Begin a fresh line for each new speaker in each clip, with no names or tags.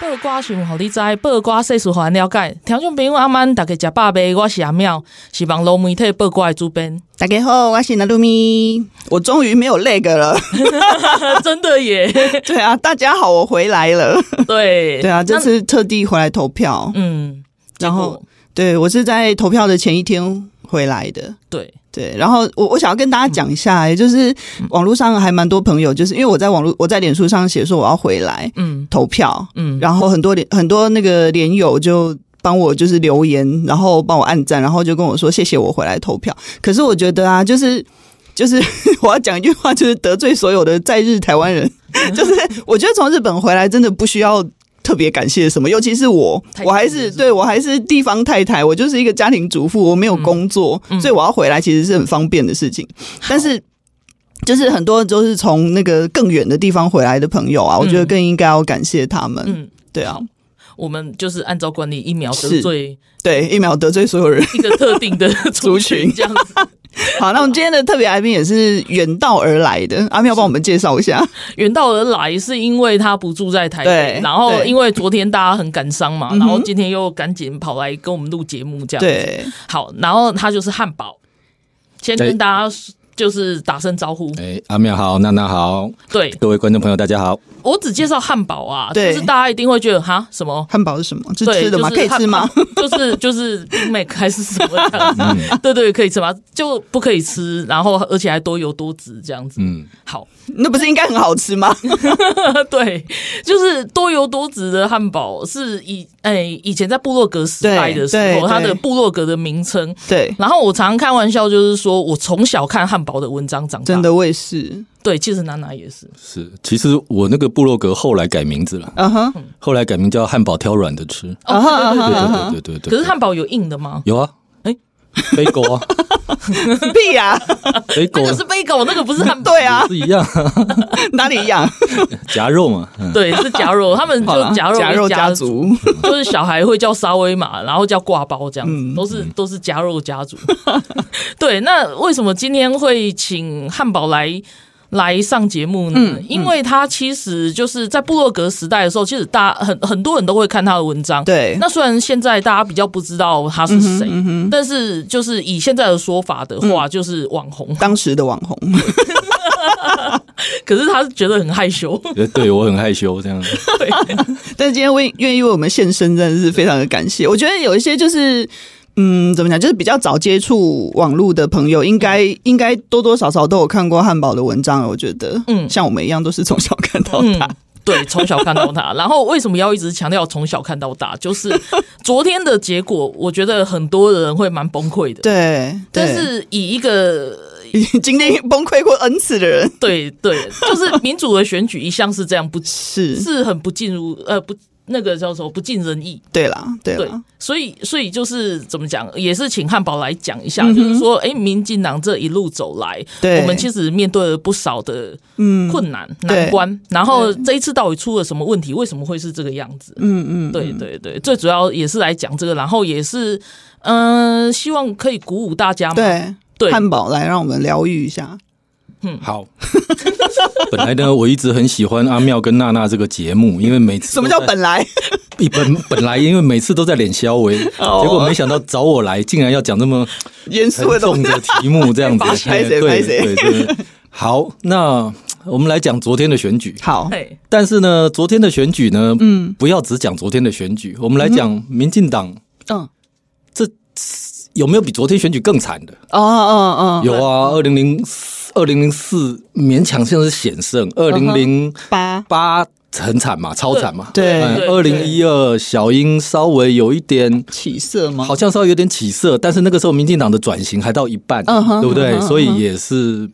报歌新闻，互你知；报歌世事，互咱了解。听众朋友，阿曼，大家食饱未？我是阿妙，是网络媒体报歌的主 编。
大家好，我是南露咪，我终于没有 lag 了。
啊真的耶，
对啊，大家好，我回来了。
对
对啊，这
那
次特地回来投票，
嗯，结
然后
果
对我是在投票的前一天回来的。
对，
对，然后我我想要跟大家讲一下、
嗯
也就是网络上还蛮多朋友，就是因为我在网络我在脸书上写说我要回来
嗯
投票，
嗯，
然后很多连很多那个连友就帮我就是留言，然后帮我按赞，然后就跟我说谢谢我回来投票。可是我觉得啊，就是就是 我要讲一句话，就是得罪所有的在日台湾人， 就是我觉得从日本回来真的不需要。特别感谢什么？尤其是我
太，
我还
太
是
太
对我还是地方太太，我就是一个家庭主妇，我没有工作，
嗯
所以我要回来其实是很方便的事情。但是就是很多都是从那个更远的地方回来的朋友啊，我觉得
嗯
更应该要感谢他们。
嗯，
对啊，
我们就是按照惯例，一秒得
是
罪
对，一秒得罪所有人。
一个特定的族
族群
群，这样子。
好，那我们今天的特别来宾也是远道而来的，阿妙帮我们介绍一下。
远道而来是因为他不住在台北
对，
然后
对
因为昨天大家很感伤嘛，
嗯哼
然后今天又赶紧跑来跟我们录节目这样。，
对，
好，然后他就是汉堡，先跟大家就是打声招呼。
哎，阿妙好，娜娜好，
对
各位观众朋友大家好。
我只介绍汉堡啊，就
对
是大家一定会觉得哈什么。
汉堡是什么？是
对，
吃的吗？
就
可
是
以吃吗？
汉堡？就是就是冰美还是什么这样子？对对，可以吃吗？就不可以吃，然后而且还多油多脂这样子。
嗯，
好，
那不是应该很好吃 吗？
对，就是多油多脂的汉堡是以哎以前在部落格时代的时
对
候，
对
它的
对
部落格的名称。
对，
然后我常常开玩笑，就是说我从小看汉堡的文章长大，
真的我也是。
对，其实娜娜也是，
是，其实我那个部落格后来改名字了，
嗯哼，
后来改名叫汉堡挑软的吃。
嗯哼，嗯
对
哼嗯
对
哼
对对对对。
可是汉堡有硬的吗？
有啊，
哎
飞狗 啊，
屁呀，
飞狗
那个是 bagel，那个不是汉堡，
对啊，
是一样，
哪里 一样？
夹肉嘛。嗯
对，是夹肉，他们
好
就
啦
夹肉
夹
跟
肉家，族，
就是小孩会叫沙威玛，然后叫挂包这样
嗯
子，都是都是夹肉 家族。对，那为什么今天会请汉堡来？来上节目呢，
嗯
因为他其实就是在部落格时代的时候，其实大很很多人都会看他的文章。
对嗯
那虽然现在大家比较不知道他是谁，但是就是以现在的说法的话，就是网红。
当时的网红。
可是他是觉得很害羞，
呃对我很害羞这样。
但是今天为愿意为我们献身，真的是非常的感谢。我觉得有一些就是。嗯，怎么讲？就是比较早接触网络的朋友，应该
嗯
应该多多少少都有看过汉堡的文章。我觉得，
嗯
嗯，像我们一样，都是从小看到
嗯
大。，
对，从小看到大。然后为什么要一直强调从小看到大？就是昨天的结果，我觉得很多人会蛮崩溃的。
对，
但
对
是以一个
已经经历崩溃过 n 次的人，
对对，就是民主的选举一向是这样不
是
是很不尽如呃不那个叫什么不尽人意。
对啦，对
对
啦，，
所以所以就是怎么讲，也是请汉堡来讲一下，就是说，哎，民进党这一路走来，
嗯对
我们其实面对了不少的
嗯
困难、
对
难关，然后这一次到底出了什么问题？为什么会是这个样子？
嗯嗯，
对对对，最主要也是来讲这个，然后也是，嗯、希望可以鼓舞大
嗯
家嘛。
对
对
汉堡来让我们疗愈一下，嗯
好， 本来呢，我一直很喜欢阿妙跟娜娜这个节目，因为每次
什么
都
叫
在
本来？
一本本来因为每次都在脸消微，结
哦
果没想到找我来，竟然要讲这么
严肃的
沉
东西，
重的 题目这样子，
发
哎
现
对
拍
对
谁
对对。 好，那我们来讲昨天的选举。
好，
嘿，
但是呢，昨天的选举呢，嗯，不要只讲昨天的选举，我们来讲民进党
嗯，
有没有比昨天选举更惨的？
哦哦哦，
有啊，二零零二零零四勉强算是险胜，
嗯
二零零
八，
八很惨嘛，超惨嘛。哎
对
二零一二小英稍微有一点
起色吗？
好像稍微有点起色，但是那个时候民进党的转型还到一半，
嗯哼
对不对？
嗯哼
所以也是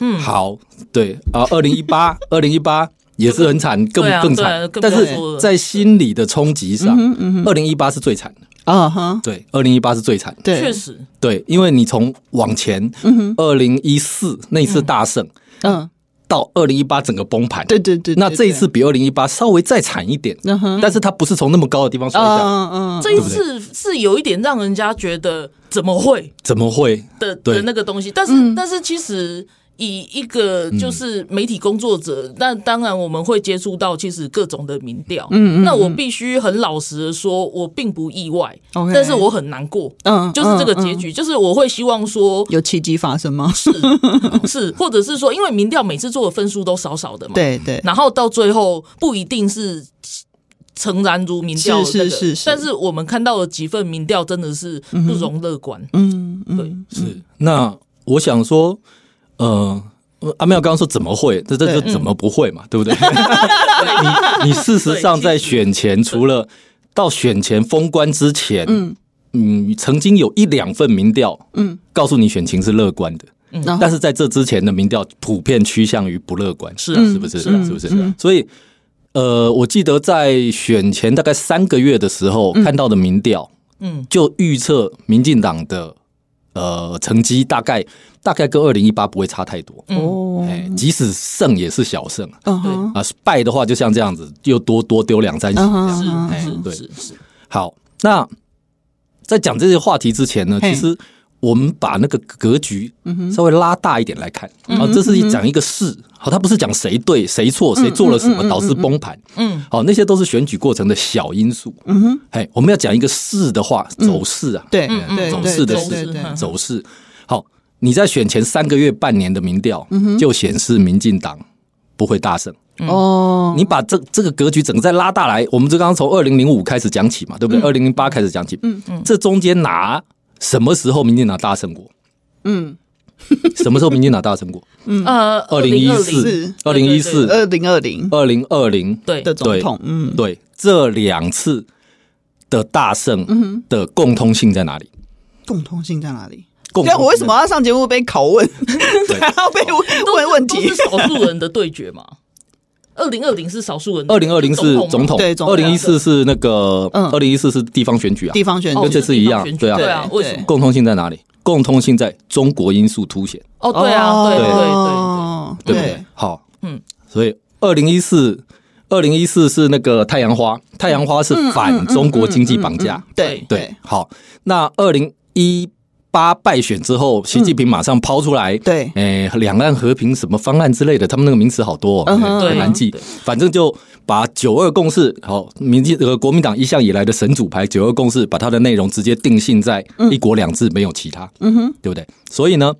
嗯，好，对啊，二零一八，二零一八也是很惨，更
对啊
更
对
惨，
更不
但
用
是
说了
在心理的冲击
嗯
上，二零一八是最惨的，
啊哈，
对，二零一八是最惨的，
对，
确实，
对，因为你从往前，二零一四那一次大胜
嗯，
到二零一八整个崩盘，
对对对，
那
对
这一次，比二零一八稍微再惨一点，
嗯哼，
但是它不是从那么高的地方摔下来，
嗯嗯
这一次是有一点让人家觉得怎么会
怎么会？
的
对
的那个东西，但是、
嗯
但是其实。以一个就是媒体工作者，那当然我们会接触到其实各种的民调，嗯那我必须很老实的说，我并不意外
OK
但是我很难过，
嗯，
就是这个结
嗯。嗯
局，就是我会希望 说
有奇迹发生吗？
嗯
是是，或者是说，因为民调每次做的分数都少少的嘛，
对对，
然后到最后不一定是诚然如民调的
是
那个
是是是
但是我们看到了几份民调真的是不容乐观，
嗯嗯，
对，
是，那我想说，呃，阿妙刚刚说怎么会？这这
对
就怎么不会嘛，对不对？你你事实上在选前，除了到选前封关之前，嗯曾经有一两份民调，嗯，告诉你选情是乐观的。嗯
然后
但是在这之前的民调普遍趋向于不乐观，
是啊嗯
是不是？
是啊
是不是？所以，呃，我记得在选前大概三个月的时候看到的民调，
嗯，
就预测民进党的呃成绩大概大概跟二零一八不会差太多，
哦，
哎，即使胜也是小胜啊
嗯哼，
啊，败的话就像这样子，又多多丢两三席这
嗯哼，
样。哎
是
对
是是，
好，那在讲这些话题之前呢，
嘿嗯
其实我们把那个格局稍微拉大一点来看啊，这是一讲一个事，好，它不是讲谁对谁错，
嗯
谁做了什么导致崩盘，
嗯，
好，那些都是选举过程的小因素，嗯哼，哎，我们要讲一个事的话，
嗯
走势啊，
对
哎
对
走
对
势的
对
事
对对，
走势，好，你在选前三个月、半年的民调
嗯
就显示民进党不会大胜。
哦，
你把这这个格局整个再拉大来，我们就刚刚从二零零五开始讲起嘛，对不对？二零零八开始讲起，嗯嗯，这中间哪什么时候民进党大胜过？
嗯，
什么时候民进党大 胜过？
呃，
二零一四
是、
二零一四、
二零二零
二零二零，
对
的总统，嗯，
对，这两次的大
嗯
胜的共通性在哪里？
共通性在哪里？
共
对，
通
啊
性
我为什么要上节目被拷问，
对哦
还要被问
都是
问问
都
题
是？少数人的对决嘛。二零二零是少数人的，
二零二零是总统，
对总统
二零一
啊
四是那个，
嗯
二零一四是地方选举啊，
地方选
哦
跟
举
这次一样
就是地方选举
对啊
对啊，
对
为什么？
共通性在哪里？共通性在中国因素凸显。
哦，对啊，对对对
哦
对不对？好，嗯，所以二零一四，二零一四是那个太阳花，太阳花
嗯
是反中国经济绑架，
对
对，好，那二零一八败选之后，习近平马上抛出来，
对
诶，两岸和平什么方案之类的，他们那个名词好多、哦，
嗯哼
很难记
对。
反正就把九二共识，好，民进呃国民党一向以来的神主牌九二共识，把它的内容直接定性在一国两制，没有其他，嗯哼，对不对？所以呢，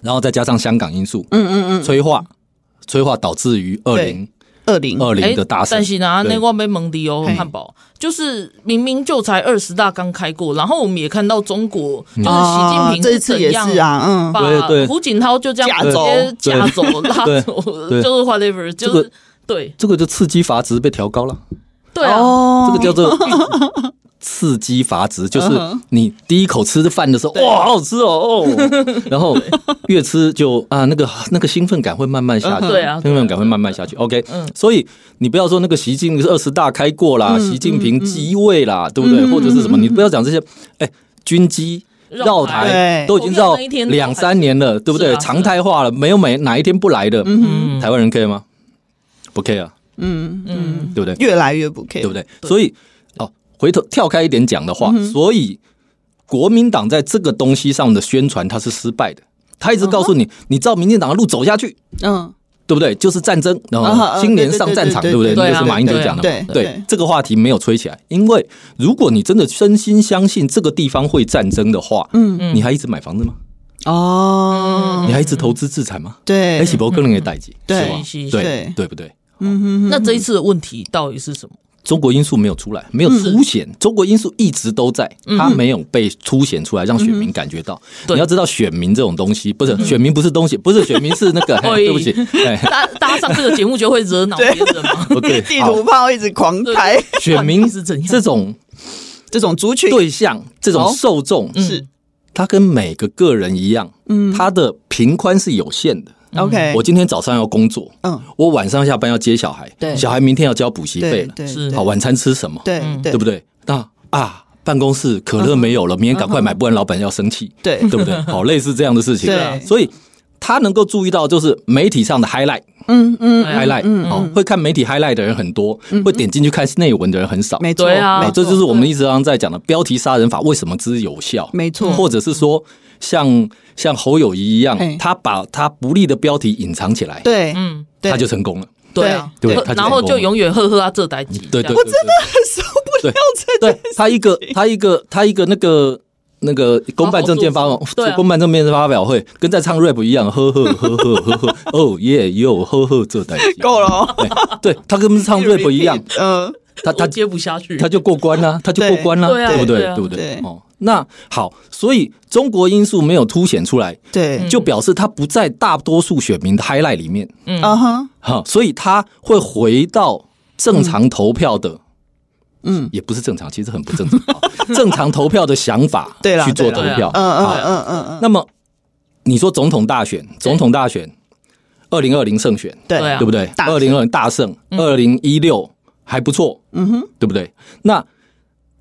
然后再加上香港因素，嗯嗯嗯，催化，催化导致于二零
二零
二
对。
零的大
哎
胜
但。是呢，
对
那万被蒙迪哦
嘿，
汉堡就是明明就才二十大刚开过，然后我们也看到中国
嗯
就是习近平
这一次
怎
也
样
是啊，嗯，
把
对对
胡锦涛就这样
架
直
走
接架走、拉
对
走，
对
就是 whatever，就
这
是
个
对
这个就刺激阀值被调高了，
对啊，
这个叫做刺激阀值，就是
嗯
你第一口吃饭的时候，哇，好好吃哦，哦， 然后越吃就啊，那个那个兴奋感会慢慢下去，
对啊啊嗯
兴奋感会慢慢下去。OK，所以你不要说那个习近平二十大开过啦，
嗯
习近平继位啦，对不对？或者是什么，你不要讲这些，哎，军机。绕
绕台
对
台都已经
投票
绕
那一天都
两三年了，对
是
不对？
啊是啊嗯
常态化了，没有每哪一天不来的，台湾人 care 吗？不 care，嗯嗯，对不对？
越来越不 care，
对不？对？所以哦，回头跳开一点讲的话，
嗯
所以国民党在这个东西上的宣传它是失败的，他一直告诉你，你照民进党的路走下去，
嗯，
对不对？就是战争，然
啊哈
后
啊
新年上战场，
对
对不对？
对
那
对
个是马英九讲的嘛。
对啊对
对，这个话题没有吹起来，因为如果你真的真心相信这个地方会战争的话，嗯，你还一直买房子吗？
哦，
你还一直投资资产吗？
对
哎，，喜伯个人也代际，
对
是吧
是是
对
是
对不对？
那这一次的问题到底是什么？
中国因素没有出来，
嗯
没有凸显，中国因素一直都在，它没有被凸显出来，让选民感觉到。
对
嗯
你要知道，选民这种东西，不是选民不是东西，不是选民是那 个，嘿
哎
对不起， 哎，
大大家上这个节目就会惹恼别人吗？
不对，
地
好
图炮一直狂拍，
选民
是怎样
这种
这种族群
对象，这种
好
受众
嗯
是
他跟每个个人一样，嗯，他的平宽是有限的。
嗯
OK，
我今天早上要工作，
哎嗯，
我晚上下班要接小孩，
对
小孩明天要交补习费
对
了，
对
是
好，晚餐吃什么？
对
嗯
对嗯
对不对？那啊，办公室可乐没有了，明天赶快买，不然老板要生气，
对
对 不对？好，类似这样的事情，
对啊
所以他能够注意到，就是媒体上的 highlight
嗯嗯，
highlight，好，会看媒体 highlight 的人很多，会点进去看内文的人很少，
没错，
对啊
没
啊，
错
这就是我们一直常在讲的标题杀人法为什么之有效，
没错，
或者是说像像侯友谊一样
嘿，
他把他不利的标题隐藏起来，
对，
嗯，
对
他就成功了。
对啊，
对
呵
他就
然后
成功
就
了
永远呵呵啊，这代机，
对
这样
对，我真的很受不了这对他一个他一个他一个那个那个公办证件发
好好做作对啊
公办证件发表会，跟在唱 rap 一样，呵呵呵呵呵呵，哦耶哟呵呵，这代机
够了哦，
对他跟唱 rap 一样，
嗯，
他他
我接不下去，
他就过关啦、他就过关啦、
对对啊
对不对？
对啊
对不
对
对？哦，那好，所以中国因素没有凸显出来，
对，
就表示他不在大多数选民的 highlight 里面
嗯
啊哈，
哈，所以他会回到正常投票的。
嗯，
也不是正常，其实很不 正常。哦正常投票的想法，
对啦
去做投
对啦
票。
嗯嗯
好
嗯嗯嗯，
那么你说总统大选，总统大选，二零二零胜选，
对
对啊
对不对？
大胜
二零二大胜，二零一六还不错，嗯哼，对不对？那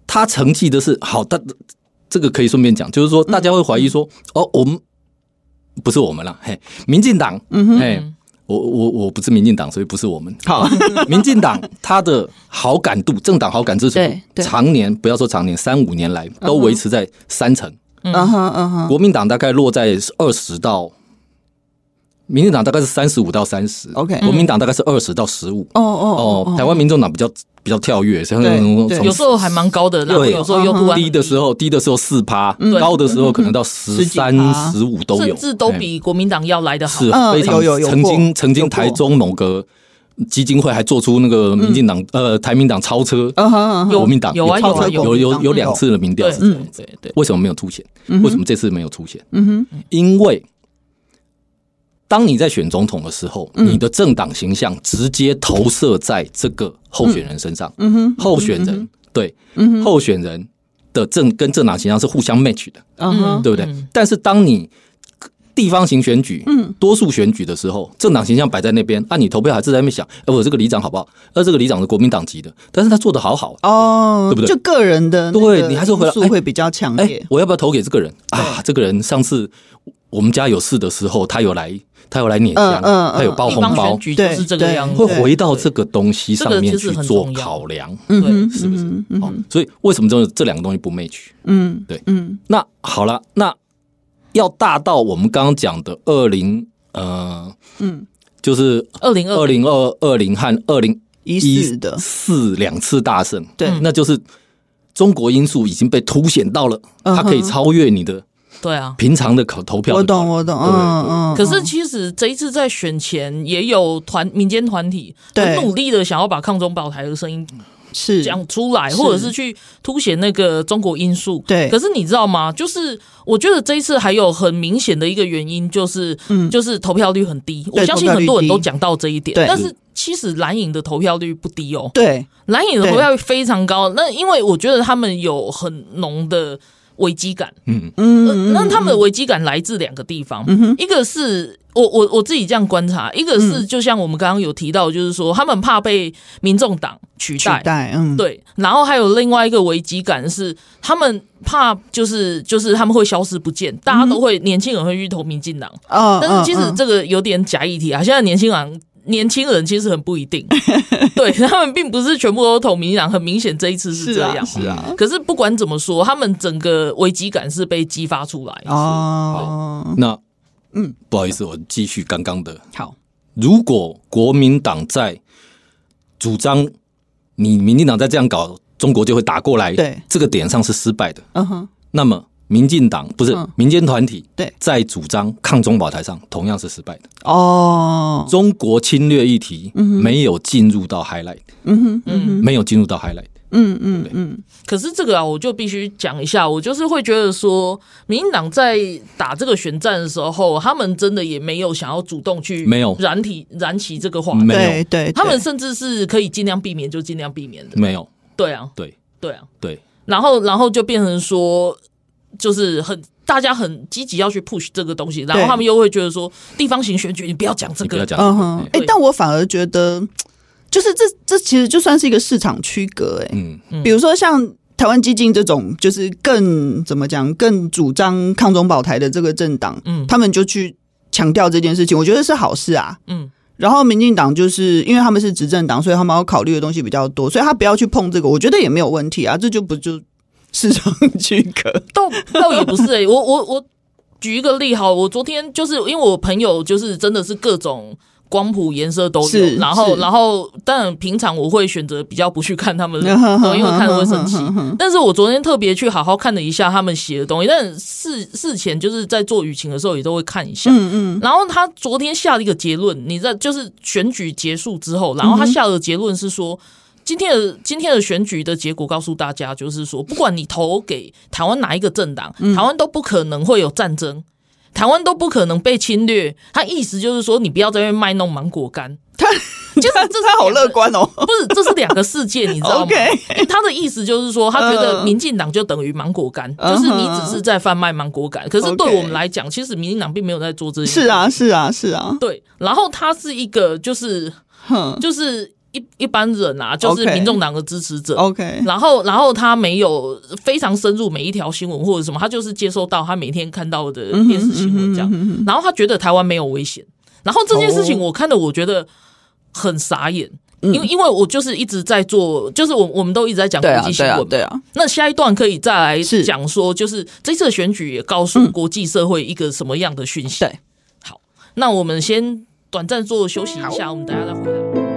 他承继的是好，他这个可以顺便讲，就是说大家会怀疑说，哦，我们不是我们啦，嘿，民进党，嗯哼，嘿。我我我不是民进党，所以不是我们。好， 民进党他的好感度，政党好感支持
对
度，
对
常年不要说常年，三五年来都维持在三成。
嗯哼嗯哼，
国民党大概落在二十到，民进党大概是三十五到三十
OK
国民党大概是二十到十五。
哦哦
哦，台
哦
湾民众党比较比较跳跃，像
对
从
对
从
有时候还蛮高的，然后
对啊
有时候又突然
低的时候，低的时候四趴，
嗯
高的时候可能到十三
10%、
十五都有，
甚至都
哎
比国民党要来的好
是，
嗯
非常
有有有
曾
过
经曾
有
经
过
台中某个基金会还做出那个民进党呃台民党超车
嗯哼嗯哼
国民党嗯
有啊
超车
有啊有啊
有
有
有
啊
有两次的民调
对
是这样
对对对，
为什么没有凸显？为什么这次没有凸显？嗯哼，因为当你在选总统的时候，你的政党形象直接投射在这个候选人身上。嗯哼，嗯候选人对，候选人的政跟政党形象是互相 match 的，
嗯哼，
对不对？但是当你地方型选举，嗯，多数选举的时候，政党形象摆在那边，啊，你投票还是在那边想，哎，我这个里长好不好？那这个里长是国民党籍的，但是他做的好啊好，
哦，
对不对
就个人的那个
对你还是回来
因素
哎
会比较强
哎、
烈，
我要不要投给这个人啊？这个人上次我们家有事的时候，他有来，他有来捻
嗯
香，
嗯嗯
他有包
地
红
方选
包，
举就是这个
对
样子，
会回到这个东西上
这
面
个其
去
实很
做
重要
考量，
对
嗯
是不是？
嗯嗯
好，所以为什么这这两个东西不 match？
嗯，
对
嗯
那好了，那要大到我们刚刚讲的二零呃，
嗯，
就是
二零
二
二
零二二零和二零
一四的
四两次大胜，
对
那就是中国因素已经被凸显到了，
嗯
它可以
哼
超越你的
对啊。
平常的考投票
我
的考量。
懂我懂，
对
嗯嗯，
可是其实这一次在选前也有团民间团体
对
很努力的想要把抗中保台的声音
是
讲出来，
是
或者是去凸显那个中国因素。
对
可是你知道吗？就是我觉得这一次还有很明显的一个原因，就是
嗯
就是投票率很低。
对
我相信很多人都讲到这一点
投票
但
率，低对
是其实蓝影的投票率不低哦，
对
蓝影的投票率非常高。那因为我觉得他们有很浓的危机感，
嗯，
呃那他们的危机感来自两个地方，
嗯
一个是我我我自己这样观察，一个
嗯
是就像我们刚刚有提到，就是说他们怕被民众党取
取
代。
代嗯
对，然后还有另外一个危机感是，他们怕就是就是他们会消失不见，大家都会、年轻人会去投民进党，
哦，
但是其实
嗯
这个有点假议题啊，现在年轻人。年轻人其实很不一 定，对他们并不是全部都投民进党，很明显这一次是
是
这
啊
样。
是啊
可是不管怎么说，他们整个危机感是被激发出来。
哦
那
嗯，
不好意思，我继续刚刚的。
好
如果国民党在主张你民进党再这样搞，中国就会打过来，
对
这个点上是失败的。
嗯哼
那么民进党不是、
嗯
民间团体，
对
在主张抗中保台上同样是失败的。
哦
中国侵略议题没有进入到 highlight，
嗯嗯哼
嗯，
没有进入到 highlight。
嗯嗯嗯
可是这个啊，我就必须讲一下，我就是会觉得说，民进党在打这个选战的时候，他们真的也没有想要主动去
没有
燃起燃起这个话题，
没有
对对
他们甚至是可以尽量避免就尽量避免的。
没有，
对啊，
对
对啊，
对，
然后然后就变成说，就是很大家很积极要去 push 这个东西，然后
对
他们又会觉得说，地方型选举你不要讲这
你不要
个，
讲，
嗯哼，哎、
对
但我反而觉得，就是这这其实就算是一个市场区隔、哎、
嗯，
比如说像台湾激进这种，就是更怎么讲，更主张抗中保台的这个政党，
嗯
他们就去强调这件事情，我觉得是好事啊。
嗯，
然后民进党就是因为他们是执政党，所以他们要考虑的东西比较多，所以他不要去碰这个，我觉得也没有问题啊，这就不就 市场区隔，
倒倒也不是哎、欸，我我我举一个例好，我昨天就是因为我朋友就是真的是各种。光谱颜色都有
是，
然后，
是，
然后，但平常我会选择比较不去看他们的 因为看了会生气。但是我昨天特别去好好看了一下他们写的东西，但事事前就是在做舆情的时候也都会看一下。
嗯嗯，
然后他昨天下了一个结论，你在就是选举结束之后，然后
嗯
他下的结论是说，今天的今天的选举的结果告诉大家，就是说，不管你投给台湾哪一个政党，
嗯
台湾都不可能会有战争。台湾都不可能被侵略，他意思就是说，你不要在那边卖弄芒果 干，
就是
这是
他好乐观哦。
不是，这是两个世 界，你知道吗
OK
因为他的意思就是说，他觉得民进党就等于芒果干，
嗯
就是你只是在贩卖芒果干。可是对
OK
我们来讲，其实民进党并没有在做这件事。
是啊，，是啊，是啊，
对。然后他是一个，就是
哼
就是一一般人啊，就是
OK 哦
民众党的支持者。
，OK，
然后，然后他没有非常深入每一条新闻或者什么，他就是接收到他每天看到的
嗯
电视新闻这样。然后他觉得台湾没有危险，然后这件事情我看的，我觉得很傻眼，因
嗯
为因为我就是一直在做，就是我我们都一直在讲国
对啊
际，新
对
闻
啊
嘛，，
对啊，
那下一段可以再来
是嗯
讲说，就是这次的选举也告诉国际社会一个什么样的讯息。
对，
好，那我们先短暂做休息一下，我们等一下再回来。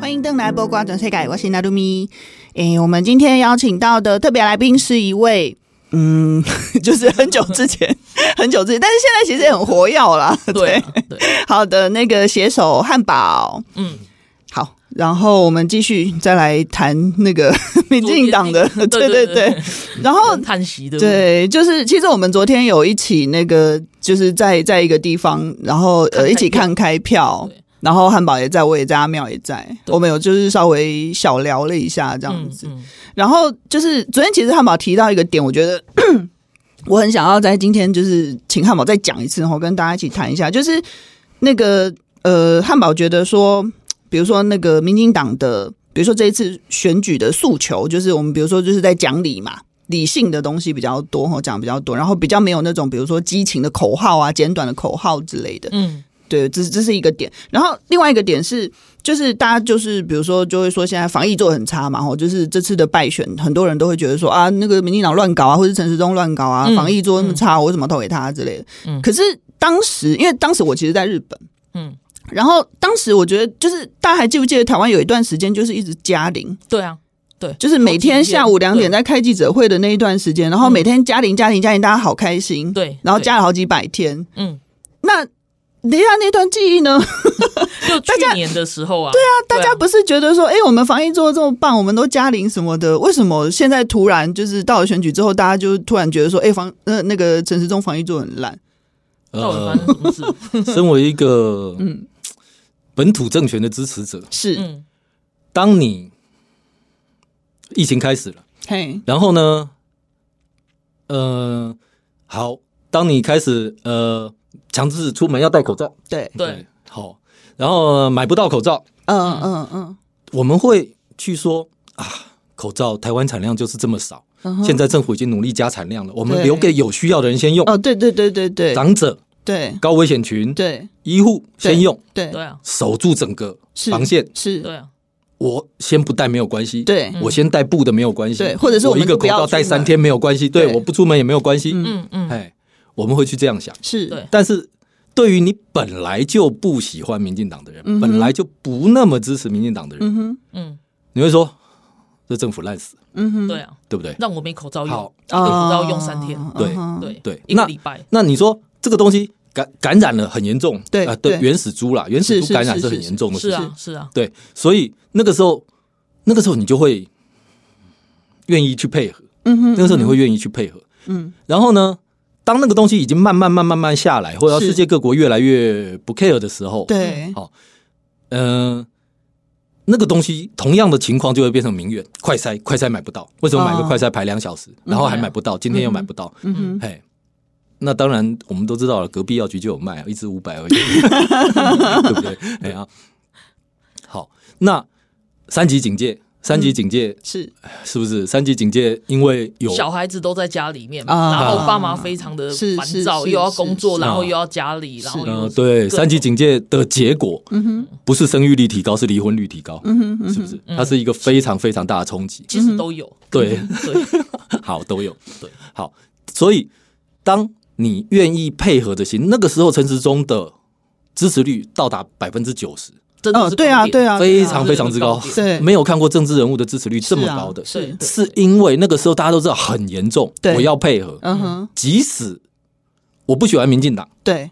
欢迎登来播瓜转世改，我是纳鲁咪。诶，我们今天邀请到的特别来宾是一位，嗯， 就是很久之前， 很久之前，但是现在其实也很活跃啦。
对啊 对，
好的，那个携手汉堡，
嗯，
好，然后我们继续再来谈那个 民进党的，
昨天
对对
对
对，然后
很叹息的，
对，就是其实我们昨天有一起那个，就是在在一个地方，然后
看
呃
开
一起看开票
对，
然后汉堡也在，我也在，阿妙也在，我们有就是稍微小聊了一下这样
嗯
子。
嗯，
然后就是昨天其实汉堡提到一个点，我觉得 我很想要在今天就是请汉堡再讲一次，然后跟大家一起谈一下，就是那个呃，汉堡觉得说，比如说那个民进党的，比如说这一次选举的诉求，就是我们比如说就是在讲理嘛。理性的东西比较多，哈，讲比较多，然后比较没有那种，比如说激情的口号啊、简短的口号之类的。
嗯，
对，这这是一个点。然后另外一个点是，就是大家就是比如说就会说现在防疫做得很差嘛，吼，就是这次的败选，很多人都会觉得说啊，那个民进党乱搞啊，或者陈时中乱搞啊，
嗯
防疫做得那么差，我为什么投给他之类的。
嗯
可是当时，因为当时我其实在日本，
嗯，
然后当时我觉得就是大家还记不记得台湾有一段时间就是一直加零，
对啊，对，
就是每天下午两点
在，
在开记者会的那一段时间，然后每天加零加零加零，大家好开心，
嗯对
然后
对
加了好几百天，
嗯，
那。等一下，那段记忆呢？
就去
家
年的时候啊，对啊，
大家不是觉得说，哎、我们防疫做的这么棒，我们都加零什么的，为什么现在突然就是到了选举之后，大家就突然觉得说，哎、防呃那个陈时中防疫做得很烂？
啊到底发生什么事？
呃
身为一个本土政权的支持者，
是，
嗯
当你疫情开始了，
嘿，
然后呢，呃，好，当你开始呃强制出门要戴口罩，
对，
对，
好，然后呃买不到口罩，
嗯嗯嗯，
我们会去说啊，口罩台湾产量就是这么少，现在政府已经努力加产量了，我们
嗯对
留给有需要的人先用，
哦，对对对对对，
长者、
对
高危险群、
对
医护先用，
对
对啊，
守住整个
是
防线。
是，
对啊，
我先不戴没有关系，
对
我先戴布的没有关系，
对或者是我
我
们
一个
都不
口
要
罩戴
出门
三天没有关系，对，
对
我不出门也没有关系，
嗯嗯，
哎，我们会去这样想，
是，
对
但是对于你本来就不喜欢民进党的人，本来就不那么支持民进党的人，
嗯，
你会说这政府烂死，
嗯
对啊，
对不对？
让我没口罩用，
好
给口罩用三
啊
天，
对
对
对
一个
那
礼拜，
那你说这个东西感感染了很严重，
对
啊，对，
对
原始猪啦，原始猪感染是很严重的
是
事情，
啊是啊，
对，所以那个时候，那个时候你就会愿意去配合，
嗯哼，
那个时候你会愿意去配合，
嗯，
然后呢，当那个东西已经慢慢慢慢慢下来，或者
是
世界各国越来越不 care 的时候，，
对，
好，嗯、那个东西同样的情况就会变成民怨，快筛快筛买不到，为什么买个
哦
快筛排两小时，然后还买不到，今天又买不到，
嗯哼，
嘿，那当然我们都知道了，隔壁药局就有卖，啊一支五百而 已， 对不对？哎呀、好，那三级警戒，三级警戒、
是
是不是？三级警戒，因为有
小孩子都在家里面嘛，
啊
然后爸妈非常的
是
烦
是
躁，
是
又要
是
工作，
是
然后
啊
又要家里，然后
是嗯
又
呃，对，
各
三级
种嗯
警戒的结果，不是生育率提高，是离婚率提高，是不是？
嗯
它是一个非常非常大的冲击。
其实都有，
嗯
对，
对，
好，都有，
对，
好，所以当你愿意配合的心，那个时候陈时中的支持率到达百分之九十，
真的
哦，
是
对啊，
高点
对啊，
非常非常之高
这是，
对啊
没有看过政治人物的支持率这么
是啊
高的，
是对对
是因为那个时候大家都知道很严重，
对
我要配合，
嗯哼，
即使我不喜欢民进党，
对，